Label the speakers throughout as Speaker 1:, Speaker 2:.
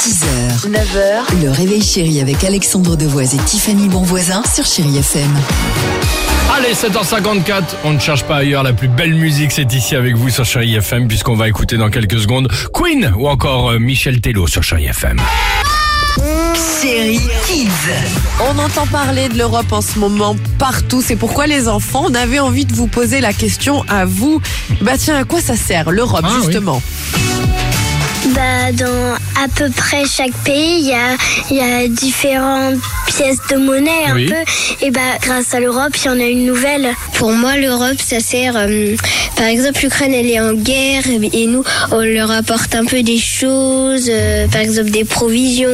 Speaker 1: 6h, 9h, le réveil chéri avec Alexandre Devoise et Tiffany Bonvoisin sur Chéri FM.
Speaker 2: Allez, 7h54, on ne cherche pas ailleurs, la plus belle musique c'est ici avec vous sur Chéri FM puisqu'on va écouter dans quelques secondes Queen ou encore euh, Michel Tello sur Chéri FM.
Speaker 1: Chéri Kids.
Speaker 3: On entend parler de l'Europe en ce moment partout. C'est pourquoi les enfants, on avait envie de vous poser la question à vous. Bah tiens, à quoi ça sert l'Europe
Speaker 2: Ah, oui.
Speaker 3: justement
Speaker 4: Bah, dans à peu près chaque pays, il y a, il y a différentes pièces de monnaie un
Speaker 2: Oui.
Speaker 4: peu. Et bah, grâce à l'Europe, il y en a une nouvelle. Pour moi, l'Europe, ça sert. euh, par exemple, l'Ukraine, elle est en guerre et nous, on leur apporte un peu des choses, euh, par exemple des provisions.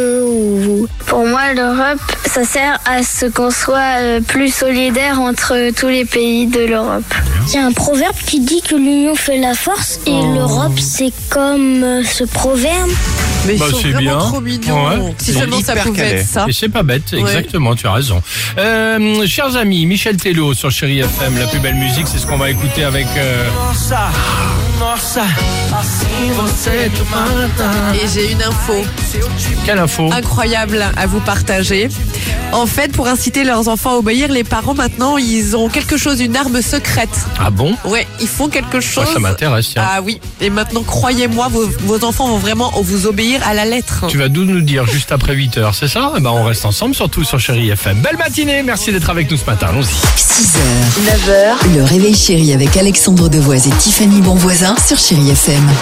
Speaker 4: Pour moi, l'Europe, ça sert à ce qu'on soit euh, plus solidaire entre tous les pays de l'Europe. Il y a un proverbe qui dit que l'union fait la force et l'Europe, c'est comme euh, ce proverbe.
Speaker 3: Mais
Speaker 2: Bah,
Speaker 3: ils sont
Speaker 2: c'est
Speaker 3: vraiment
Speaker 2: bien.
Speaker 3: trop mignons.
Speaker 2: Ouais.
Speaker 3: Si
Speaker 2: Ils sont
Speaker 3: seulement ça
Speaker 5: hyper
Speaker 3: pouvait
Speaker 5: calés.
Speaker 3: être ça.
Speaker 2: Et c'est pas bête,
Speaker 3: Ouais.
Speaker 2: exactement, tu as raison. Euh, chers amis, Michel Tello sur Chéri FM, la plus belle musique, c'est ce qu'on va écouter avec... euh,
Speaker 5: Nossa, nossa, assim você te mata.
Speaker 3: Et j'ai une info
Speaker 5: Se eu te
Speaker 2: Quelle info
Speaker 3: Ah. incroyable à vous partager. En fait, pour inciter leurs enfants à obéir, les parents maintenant, ils ont quelque chose, une arme secrète.
Speaker 2: Ah bon
Speaker 3: Ouais, ils font quelque chose.
Speaker 2: Moi ça m'intéresse, tiens.
Speaker 3: Ah oui, et maintenant croyez-moi, vos, vos enfants vont vraiment vous obéir à la lettre.
Speaker 2: Tu vas tout nous dire juste après 8h, c'est ça Eh ben, On reste ensemble, surtout sur Chéri FM. Belle matinée, merci d'être avec nous ce matin, allons-y.
Speaker 1: 6h, 9h, le réveil chéri avec Alexandre Devoise et Tiffany Bonvoisin sur Chéri FM.